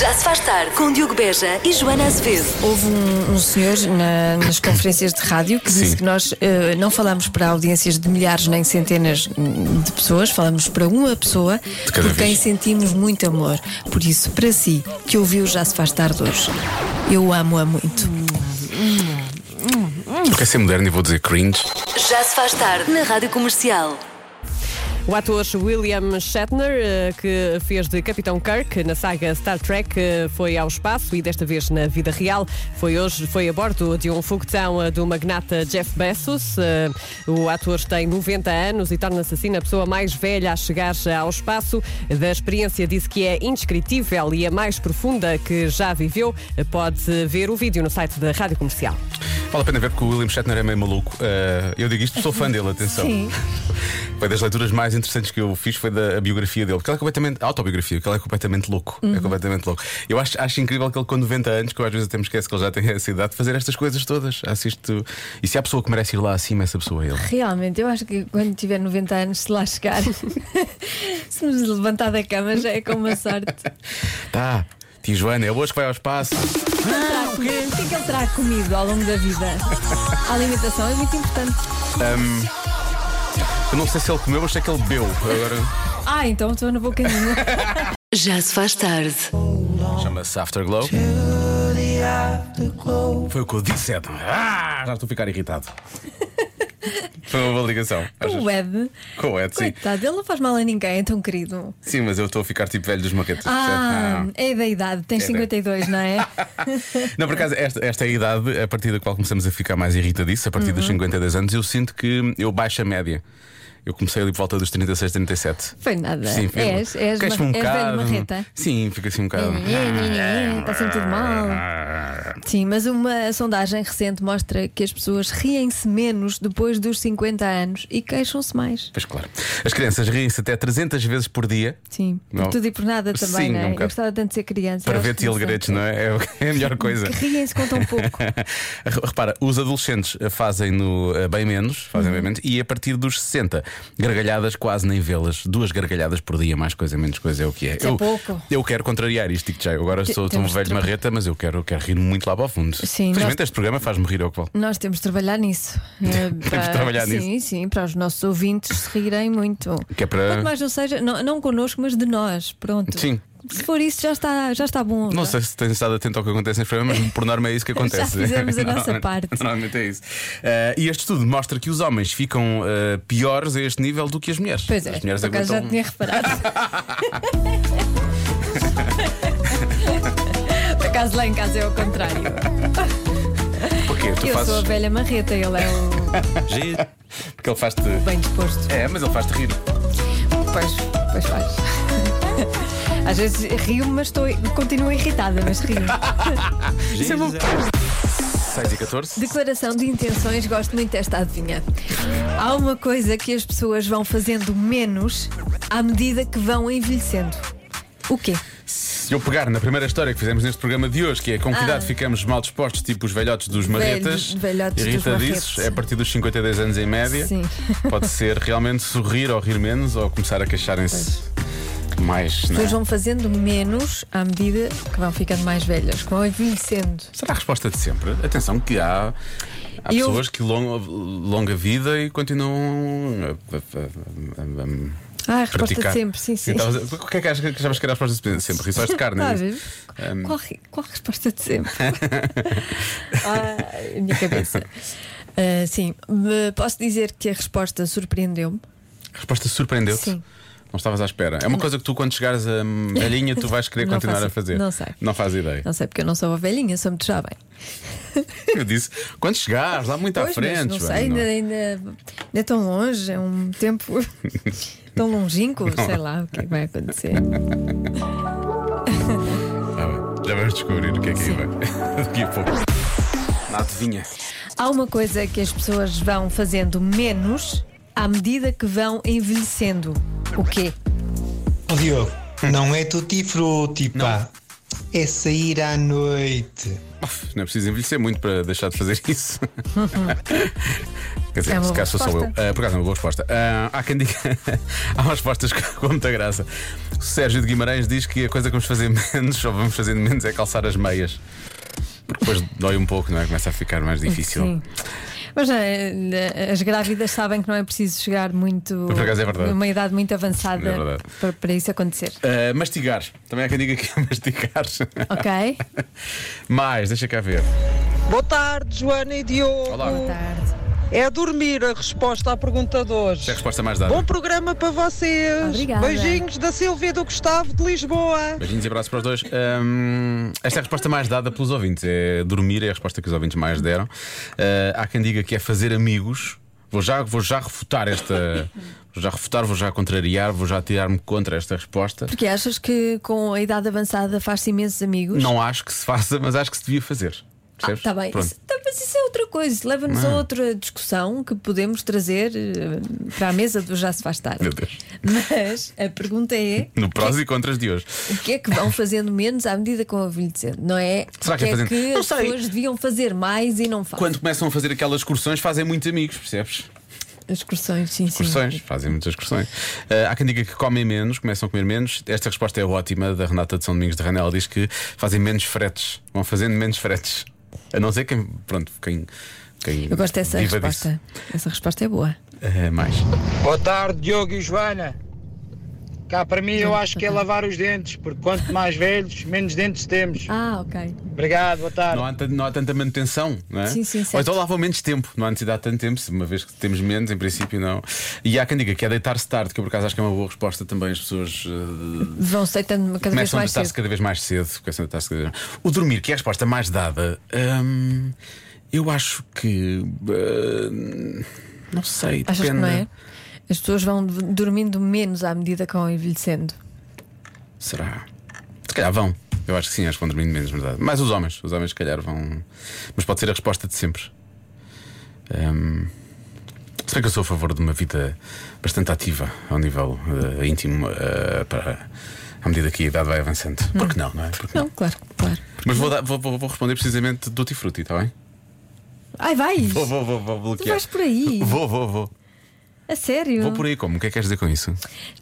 Já se faz tarde com Diogo Beja e Joana Azevedo. Houve um, um senhor na- nas conferências de rádio que disse Sim. que nós eh, não falamos para audiências de milhares nem centenas hum, de pessoas, falamos para uma pessoa por cada quem vez. sentimos muito amor. Por isso, para si, que ouviu Já Se Faz Tarde hoje, eu amo-a muito. Porque é ser moderno e vou dizer cringe. Já se faz tarde na Rádio Comercial. O ator William Shatner, eh, que fez de Capitão Kirk na saga Star Trek, eh, foi ao espaço e desta vez na vida real. Foi hoje, foi a bordo de um foguetão eh, do magnata Jeff Bezos. Eh, O ator tem 90 anos e torna-se assim a pessoa mais velha a chegar ao espaço. Da experiência disse que é indescritível e a mais profunda que já viveu. Eh, Pode ver o vídeo no site da Rádio Comercial. Vale a pena ver porque o William Shatner é meio maluco. Eh, eu digo isto, sou fã dele, atenção. Sim. Foi das leituras mais interessantes que eu fiz foi da a biografia dele, porque ele é completamente. A autobiografia, que ele é completamente louco. É completamente louco. Eu acho, acho incrível que ele, com 90 anos, que eu às vezes até me esqueço que ele já tem essa idade, fazer estas coisas todas. Assisto. E se há pessoa que merece ir lá acima, essa pessoa é ele. Realmente, eu acho que quando tiver 90 anos, se lá chegar, se nos levantar da cama, já é com uma sorte. Tá, Tia Joana, é hoje que vai ao espaço. O que é que ele terá comido ao longo da vida? A alimentação é muito importante. Eu não sei se ele comeu, mas sei que ele bebeu. Agora Ah, então estou no bom caminho. Já se faz tarde. chama-se Afterglow. Foi o que eu disse, Edna. Ah, já estou a ficar irritado. Foi uma boa ligação. achas? O Ed. Com o Ed, sim. Coitado, ele não faz mal a ninguém, é tão querido. Sim, mas eu estou a ficar tipo velho dos maquetes. Ah, é da idade, tens É da- 52, não é? Não, por acaso, esta, esta é a idade a partir da qual começamos a ficar mais irritadiços, a partir Uhum. dos 52 anos, eu sinto que eu baixo a média. Eu comecei ali por volta dos 36, 37. Foi nada. Sim, fica- és, és, queixo-me ma- um és velho bocado. ah, marreta. Sim, fica assim um bocado. Está sempre tudo ah, mal. Sim, mas uma sondagem recente mostra que as pessoas riem-se menos depois dos 50 anos e queixam-se mais. Pois claro. As crianças riem-se até 300 vezes por dia. Sim, por Não. tudo e por nada também, Sim, não é? um Eu bocado. gostava tanto de ser criança. Para eu acho ver que não sei. Tilgredes, não é? É a melhor coisa. Que riem-se com tão pouco. Repara, os adolescentes eh, fazem-no eh, bem menos, fazem Uhum. bem menos, e a partir dos 60, gargalhadas quase nem vê-las. Duas gargalhadas por dia, mais coisa, menos coisa, é o que é. é eu, pouco. eu quero contrariar isto, digo já. Eu agora Te- sou sou um temos de velho tra- marreta, mas eu quero, eu quero rir muito lá para o fundo. Sim, Felizmente nós- este programa faz-me rir ao que vale. Nós temos de trabalhar nisso. temos de trabalhar sim, Sim, para os nossos ouvintes se rirem muito. Que é para- Quanto mais não seja, não, não connosco, mas de nós. Pronto. Sim. Se for isso, já está, já está bom. tá? Não já. sei se tens estado atento ao que acontece neste programa, mas por norma é isso que acontece. fizemos a nossa Normalmente- parte. Normalmente é isso. Eh, e este estudo mostra que os homens ficam eh, piores a este nível do que as mulheres. Pois é, as mulheres por acaso já aguentam. tinha reparado. por acaso lá em casa é ao contrário. Porquê? um Tu Eu fazes. sou a velha marreta, ele é o Porque ele faz-te. bem disposto. É, mas ele faz-te rir. Pois, pois faz. Às vezes rio-me, mas estou, continuo irritada, mas rio. é 6 e 14? Declaração de intenções, gosto muito desta adivinha. Há uma coisa que as pessoas vão fazendo menos à medida que vão envelhecendo. O quê? Se eu pegar na primeira história que fizemos neste programa de hoje, que é com que Ah. idade ficamos mal dispostos, tipo os velhotes dos marretas, velhotes dos irritadiços, marretes. é a partir dos 52 anos em média. Sim. Pode ser realmente sorrir ou rir menos ou começar a queixarem-se mais. Não é? Depois vão fazendo menos à medida que vão ficando mais velhas, que vão envelhecendo. Será a resposta de sempre? Atenção, que há, há Eu- pessoas que long- longa vida e continuam a- a- a- a- a- Ah, a resposta praticar. de sempre, sim, Ah, sim. Então, o que é que achas que achavas que era a resposta de sempre? Rissóis de carne. Está a é isso? ver? Qual, ri- qual a resposta de sempre? Ai, a minha cabeça. Ah, sim, Me- posso dizer que a resposta surpreendeu-me. A resposta surpreendeu-te. Sim. Não estavas à espera. É uma coisa que tu, quando chegares a hum, a linha, tu vais querer Não continuar faço- a fazer. não sei. Não faz ideia. Não sei porque eu não sou a velhinha, sou muito jovem. Eu disse, quando chegares, lá muito Tá à Pois, mas frente. Não Joana, sei, ainda, não- ainda, ainda é tão longe, é um tempo tão longínquo, sei lá o que é que vai acontecer. Ah, bem. já vamos descobrir o que é que aí Sim. vai. Daqui a pouco. Na adivinha. Há uma coisa que as pessoas vão fazendo menos à medida que vão envelhecendo. O quê? Ó Hum. Diogo, não é tutti frutti, pá. É sair à noite. Uf, Não é preciso envelhecer muito para deixar de fazer isso. Quer dizer, É uma se boa calhar sou só eu. resposta. Ah, por acaso é uma boa resposta. Ah, há quem diga. há umas respostas com muita graça. O Sérgio de Guimarães diz que a coisa que vamos fazer menos, só vamos fazer menos, é calçar as meias. Porque depois dói um pouco, não é? Começa a ficar mais difícil. Sim. Mas eh, eh, as grávidas sabem que não é preciso chegar muito. Por acaso é verdade. Uma idade muito avançada É verdade. para, para isso acontecer. Ah, mastigar. Também há quem diga que é mastigar. Ok? Mais, deixa cá ver. Boa tarde, Joana e Diogo. Olá. Boa Tarde. É dormir a resposta à pergunta de É a hoje. resposta mais dada. Bom programa para vocês. Obrigada. Beijinhos da Silvia e do Gustavo de Lisboa. Beijinhos e abraços para os dois. Hum, esta é a resposta mais dada pelos ouvintes. É dormir, é a resposta que os ouvintes mais deram. Uh, há quem diga que é fazer amigos. Vou já, vou já refutar esta. Vou já refutar, vou já contrariar, vou já tirar-me contra esta resposta. Porque achas que com a idade avançada faz-se imensos amigos? Não acho que se faça, mas acho que se devia fazer. Percebes? Está bem, Pronto. é? Isso- tá, mas isso é outra coisa. Isso Leva-nos a outra discussão que podemos trazer eh, para a mesa do Já Se Faz Tarde. Meu Deus. Mas a pergunta é: No prós e contras de hoje. o que é que vão fazendo menos à medida que vão envelhecendo? Não é? Será o que que é é fazendo- que Não as sei. pessoas deviam fazer mais e não fazem? Quando começam a fazer aquelas excursões, fazem muitos amigos, percebes? As excursões, sim, Excursões, sim. fazem muitas excursões. Ah, há quem diga que comem menos, começam a comer menos. Esta resposta é ótima da Renata de São Domingos de Ranel. Diz que fazem menos fretes, vão fazendo menos fretes. A não ser quem. Pronto, quem. quem Eu gosto dessa viva resposta. Essa resposta é boa. disso. Ah, mais. Boa tarde, Diogo e Joana. Cá para mim eu acho que é lavar os dentes, porque quanto mais velhos, menos dentes temos. Ah, ok. Obrigado, boa tarde. Não é? há, tan- não há tanta manutenção, não é? Sim, sim, Ou certo. então lavam menos tempo, não há necessidade de tanto tempo, se uma vez que temos menos, em princípio não. E há quem diga que é deitar-se tarde, que eu por acaso acho que é uma boa resposta também. As pessoas ah, Vão aceitando cada vez Começam a mais cedo. deitar-se cada vez mais cedo. começam a deitar-se cada vez mais- O dormir, que é a resposta mais dada, hum, eu acho que. hum, não sei, Achas depende. que não é? As pessoas vão dormindo menos à medida que vão envelhecendo. Será? Se calhar vão. Eu acho que sim, acho que vão dormindo menos, na verdade. Mas os homens, os homens se calhar vão. Mas pode ser a resposta de sempre. Hum, se bem que eu sou a favor de uma vida bastante ativa ao nível eh, íntimo, eh, para, à medida que a idade vai avançando. Por que não, não é? Por que não? Hum. Não, claro, claro. Mas vou, dar- vou- vou- vou responder precisamente do Tifruti, está bem? Ai, vais! Vou, vou, vou, vou Tu bloquear. vais por aí. Hum. Vou, vou, vou. A sério? Vou por aí como? O que é que queres dizer com isso?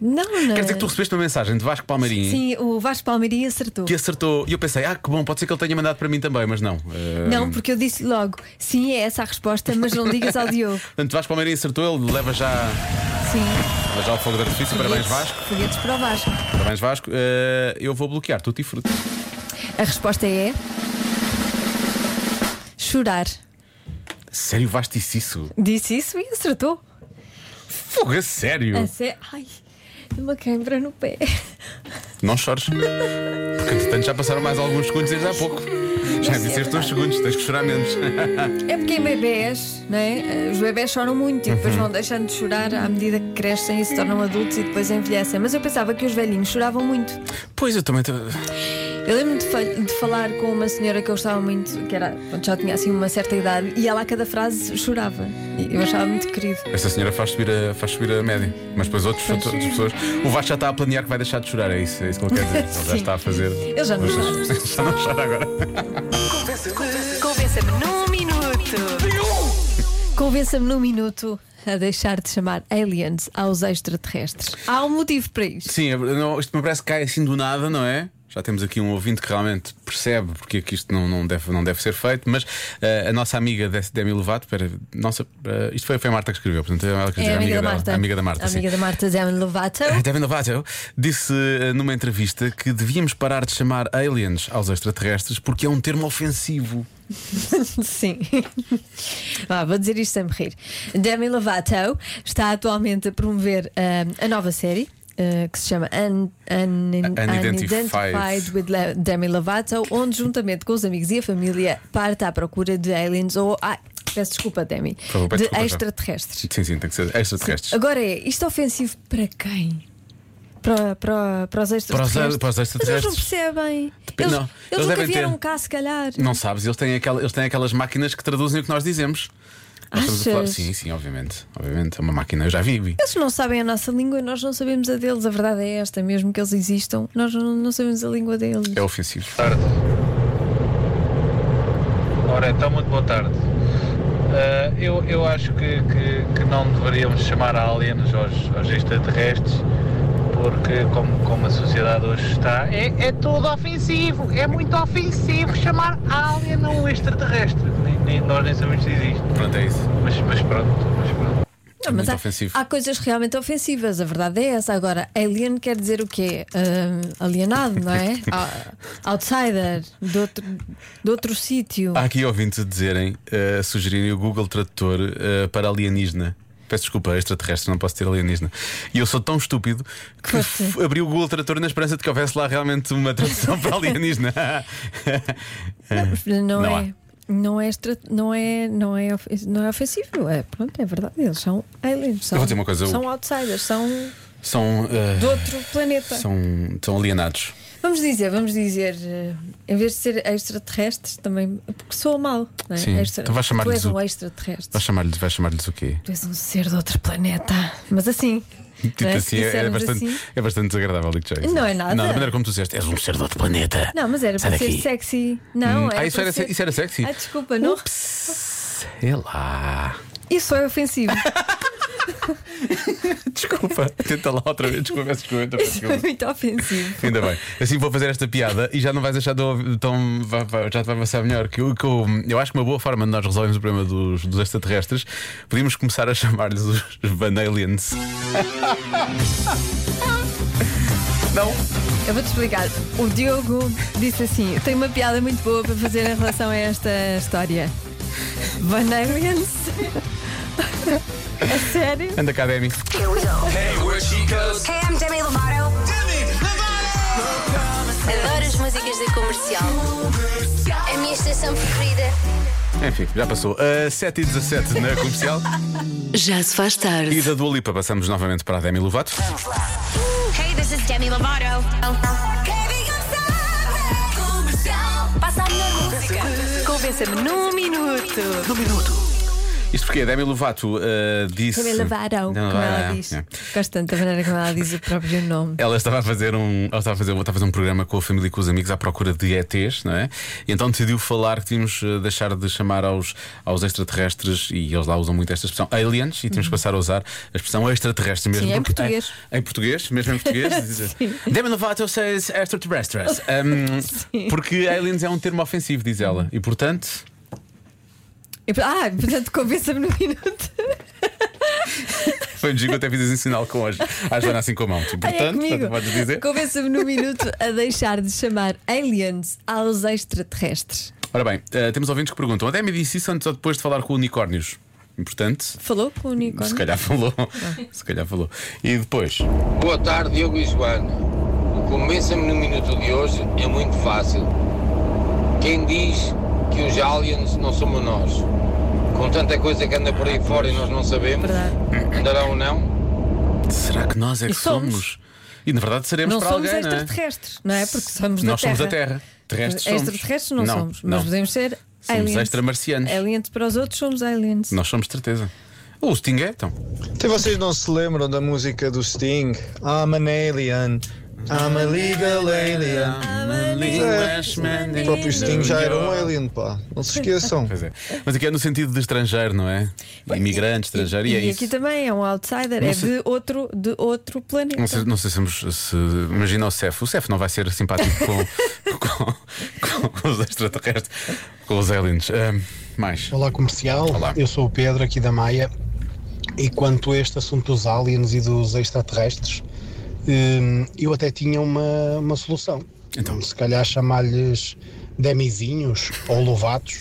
Não, não. Quer dizer que tu recebeste uma mensagem de Vasco Palmeirinho Eh, Sim, o Vasco Palmeirinho acertou. que acertou. E eu pensei, ah, que bom, pode ser que ele tenha mandado para mim também, mas não. Eh, Não, porque eu disse logo, sim, é essa a resposta, mas não digas ao Diogo. Portanto, Vasco Palmeirinho acertou, ele leva já, Sim. leva já o fogo de artifício. Parabéns, foguetes- Vasco. Foguetes para o Vasco. Parabéns, Vasco. Eh, eu vou bloquear tudo e fruto. A resposta é. Chorar. Sério, Vasco disse isso? Disse isso e acertou. Fogo, a sério? A sé... Ai, uma queimbra no pé. Não chores. Porque, entretanto, já passaram mais alguns segundos desde há pouco. Já disseste uns segundos, tens que chorar menos. É porque em bebés, não é? Os bebés choram muito e Uhum. depois vão deixando de chorar à medida que crescem e se tornam adultos e depois envelhecem. Mas eu pensava que os velhinhos choravam muito. Pois, eu também. Eu lembro-me de, fa- de falar com uma senhora que eu gostava muito, que era, pronto, já tinha assim uma certa idade, e ela a cada frase chorava. E eu achava muito querido. Esta senhora faz subir a, faz subir a média, mas depois outros, outras pessoas. O Vasco já está a planear que vai deixar de chorar, é isso, é isso que ele quer dizer. Ele já Sim. está a fazer. Ele já não chora. já não chora agora. Convença-me num minuto. Convença-me num minuto a deixar de chamar aliens aos extraterrestres. Há um motivo para isto. Sim, é- não, isto me parece que cai assim do nada, não é? Já temos aqui um ouvinte que realmente percebe porque é que isto não, não, deve, não deve ser feito, mas eh, a nossa amiga Des- Demi Lovato, espera, nossa, eh, isto foi, foi a Marta que escreveu, portanto, ela quer dizer, É a amiga, da dela, Marta. a amiga da Marta. A sim. amiga da Marta, Demi Lovato. A Devin Lovato disse eh, numa entrevista que devíamos parar de chamar aliens aos extraterrestres porque é um termo ofensivo. Sim. Vá, vou dizer isto sem me rir. Demi Lovato está atualmente a promover ah, a nova série. ah, que se chama Un- Un- Unidentified. Unidentified with Le- Demi Lovato, onde juntamente com os amigos e a família parte à procura de aliens ou. Ai, peço desculpa, Demi. favor, peço de desculpa já. extraterrestres. Sim, sim, tem que ser extraterrestres. Agora é, isto é ofensivo para quem? Para, para, para os extraterrestres. Para os- para os extraterrestres. Mas eles não percebem. Depe- eles não, eles, eles nunca devem ter. vieram cá, se calhar. Não sabes, eles têm, aquela- eles têm aquelas máquinas que traduzem o que nós dizemos. Nós estamos a falar- Achas? Sim, sim, obviamente. Obviamente, é uma máquina, eu já vi. vi. Eles não sabem a nossa língua e nós não sabemos a deles. A verdade é esta, mesmo que eles Ah, existam, nós não, não sabemos a língua deles. É ofensivo. tarde. Ora, então, muito boa tarde. Ah, eu, eu acho que, que, que não deveríamos chamar aliens aos, aos extraterrestres, porque como, como a sociedade hoje está, é, é tudo ofensivo, é muito ofensivo chamar alien a um extraterrestre. Nem, nem- nós nem sabemos se existe, Pronto, é isso. mas, mas pronto, mas pronto. Não, mas É muito há, ofensivo. há coisas realmente ofensivas, a verdade é essa. Agora, alien quer dizer o quê? Ah, alienado, não é? Ah, outsider, de outro, de outro sítio. Há aqui ouvintes a dizerem, eh, a sugerirem o Google Tradutor eh, para alienígena. Peço desculpa, extraterrestre, não posso ter alienígena. E eu sou tão estúpido que Foste. f- abri o Google Tradutor na esperança de que houvesse lá realmente uma tradução para alienígena. Não, Não há. é. Não é, extra, não, é, não, é ofen- não é ofensivo, é, pronto, é verdade. Eles são aliens, são, vou dizer uma coisa, são o- outsiders, são são, eh, de outro planeta. são, são alienados. Vamos dizer, vamos dizer, eh, em vez de ser extraterrestres, também. Porque soa mal, não é? Sim, então vai tu chamar-lhes és um o- extraterrestre. Vais chamar-lhes vais chamar-lhes o quê? Tu és um ser de outro planeta. Mas assim. Tipo não é? assim, Se é, é dissermos bastante, assim- é bastante desagradável, digo já. Não é nada. Não, da maneira como tu disseste, és um ser de outro planeta. Não, mas era Sai para ser daqui. sexy. Não, Hum. era Ah, isso para era, ser- se- isso era sexy? Ah, desculpa, não. Sei lá. Isso é ofensivo. Desculpa, tenta lá outra vez. Desculpa, peço desculpa. peço Isso é desculpa. muito ofensivo. Ainda bem. Assim vou fazer esta piada e já não vais deixar de ouvir. Então vá- vá- já te vai passar melhor. Que, eu- que eu, eu acho que uma boa forma de nós resolvermos o problema dos, dos extraterrestres podíamos começar a chamar-lhes os Vanalians. Não? Eu vou-te explicar. O Diogo disse assim: tenho uma piada muito boa para fazer em relação a esta história. Vanalians? A sério? Anda cá, Demi. Hey, I'm é Demi Lovato. Adoro as músicas da comercial. É a minha estação preferida. Enfim, já passou. A 7 e 17 na comercial. Já se faz tarde. E da Dua Lipa passamos novamente para a Demi Lovato. Hey, this is Demi Lovato. Passa a melhor música. Convença-me num minuto. Isto porque a Demi Lovato eh, disse. Também lavaram, Não, como ela ah, diz. é. Gosto tanto da maneira como ela diz o próprio nome. Ela estava a fazer um, ela estava a fazer, estava a fazer um programa com a família e com os amigos à procura de ETs, não é? E então decidiu falar que tínhamos eh, deixar de chamar aos, aos extraterrestres e eles lá usam muito esta expressão aliens e tínhamos que passar a usar a expressão extraterrestre mesmo. Uhum. Sim, é em porque- português. Em, em português, mesmo em português. Demi Lovato says extraterrestres. Um, porque aliens é um termo ofensivo, diz ela. E portanto, E, ah, portanto, convença-me no minuto. foi um digo até fiz assim sinal com hoje. A Joana assim com a mão. E, Ai, é portanto, comigo. podes dizer. Convença-me no minuto a deixar de chamar aliens aos extraterrestres. Ora bem, eh, temos ouvintes que perguntam: a Demi disse isso antes ou depois de falar com unicórnios? Importante. Falou com o Se unicórnio? calhar falou. Se calhar falou. E depois? Boa tarde, Diogo e Joana. O Convença-me no minuto de hoje é muito fácil. Quem diz que os aliens não somos nós? Com tanta coisa que anda por aí fora e nós não sabemos, Verdade. andarão ou não? Será que nós é que E somos? somos? E na verdade seremos Não para somos alguém, não é? extraterrestres, não é? Porque somos Nós da Terra. somos da Terra. Terrestres somos. Extraterrestres não, somos, mas não. podemos ser Somos aliens. extramarcianos. Aliens para os outros somos aliens. Nós somos de certeza. O Sting é, então. Até vocês não se lembram da música do Sting? I'm an alien, I'm a legal alien. O próprio Sting já era um alien, pá. Não se esqueçam. Pois é. Mas aqui é no sentido de estrangeiro, não é? Imigrante, estrangeiro, e, e é isso. aqui também é um outsider, é sei- de outro, de outro planeta. Não sei, não sei se, vamos- se- Imagina o Cef. O Cef não vai ser simpático com, com- com- com os extraterrestres, com os aliens. Ahm, mais. Olá comercial, Olá. eu sou o Pedro aqui da Maia e quanto a este assunto dos aliens e dos extraterrestres, hum, eu até tinha uma, uma solução. Então. Se calhar chamar-lhes demizinhos ou louvatos,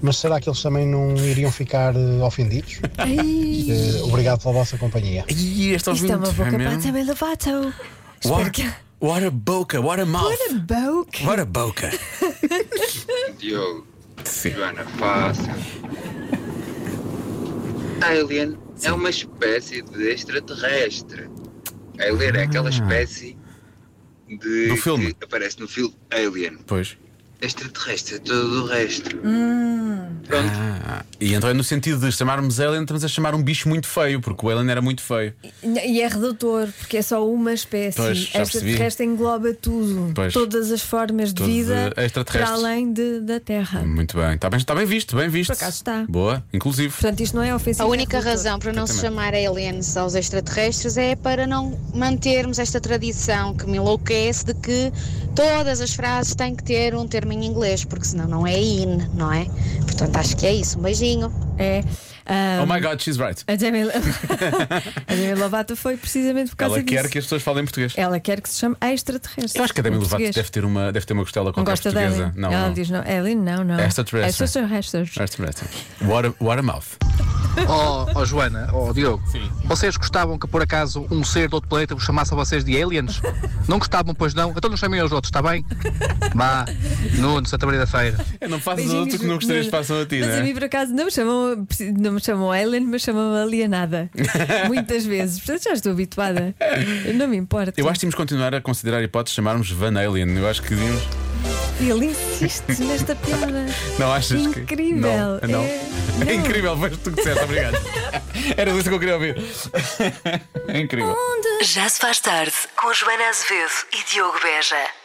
mas será que eles também não iriam ficar eh, ofendidos? Eh, obrigado pela vossa companhia. E este Isto é uma boca é para mesmo? também Lovato. Espero What, que. what a boca, what a mouth. Boke. What a boca. Diogo, Sim. Joana, fácil. Alien é uma espécie de extraterrestre. Alien é aquela espécie de Do filme. que aparece no filme Alien. Pois. Extraterrestre é todo o resto. Ah, e então é no sentido de chamarmos Alien, estamos a chamar um bicho muito feio, porque o Alien era muito feio. E é redutor, porque é só uma espécie. Pois, já Esta percebi. terrestre engloba tudo, Pois. todas as formas de Todos, vida eh, extraterrestres. para além de- da Terra. Muito bem, está bem, está bem visto, bem visto. Por acaso está. Boa, inclusive. Portanto, isto não é ofensivo. A única razão para não se chamar aliens aos extraterrestres é para não mantermos esta tradição que me enlouquece de que todas as frases têm que ter um termo em inglês, porque senão não é in, não é? Portanto, acho que é isso. Um beijinho. É. Oh my god, she's right. A Demi, a Demi Lovato foi precisamente por causa Ela quer disso. que as pessoas falem português. Ela quer que se chame extraterrestre. Eu acho que a Demi Em Lovato português. deve ter uma, deve ter uma costela Não qualquer gosta portuguesa. dela. Não, Ela não. diz não. Ellen, não, não. Extraterrestre. Extraterrestre. Extraterrestre. What a, what a mouth. Oh, oh, Joana, oh Diogo, vocês gostavam que por acaso um ser de outro planeta vos chamasse a vocês de aliens? Não gostavam, pois não? Então não chamem aos outros, está bem? Vá, Nuno, Santa Maria da Feira. Eu não faço Beijinhos, outro que não gostarias que Nuno. façam a ti, Mas não é? a mim, por acaso, não me chamam, não me chamam Ellen, mas chamam alienada. Muitas vezes. Portanto, já estou habituada. Não me importa. Eu acho que temos de continuar a considerar a hipótese de chamarmos Van Alien. Eu acho que devíamos. Ele insiste nesta piada. Não achas que. Incrível. Não, não. É- É incrível, foi tu que disseste, obrigado. Era isso que eu queria ouvir. É incrível. Já se faz tarde com Joana Azevedo e Diogo Beja.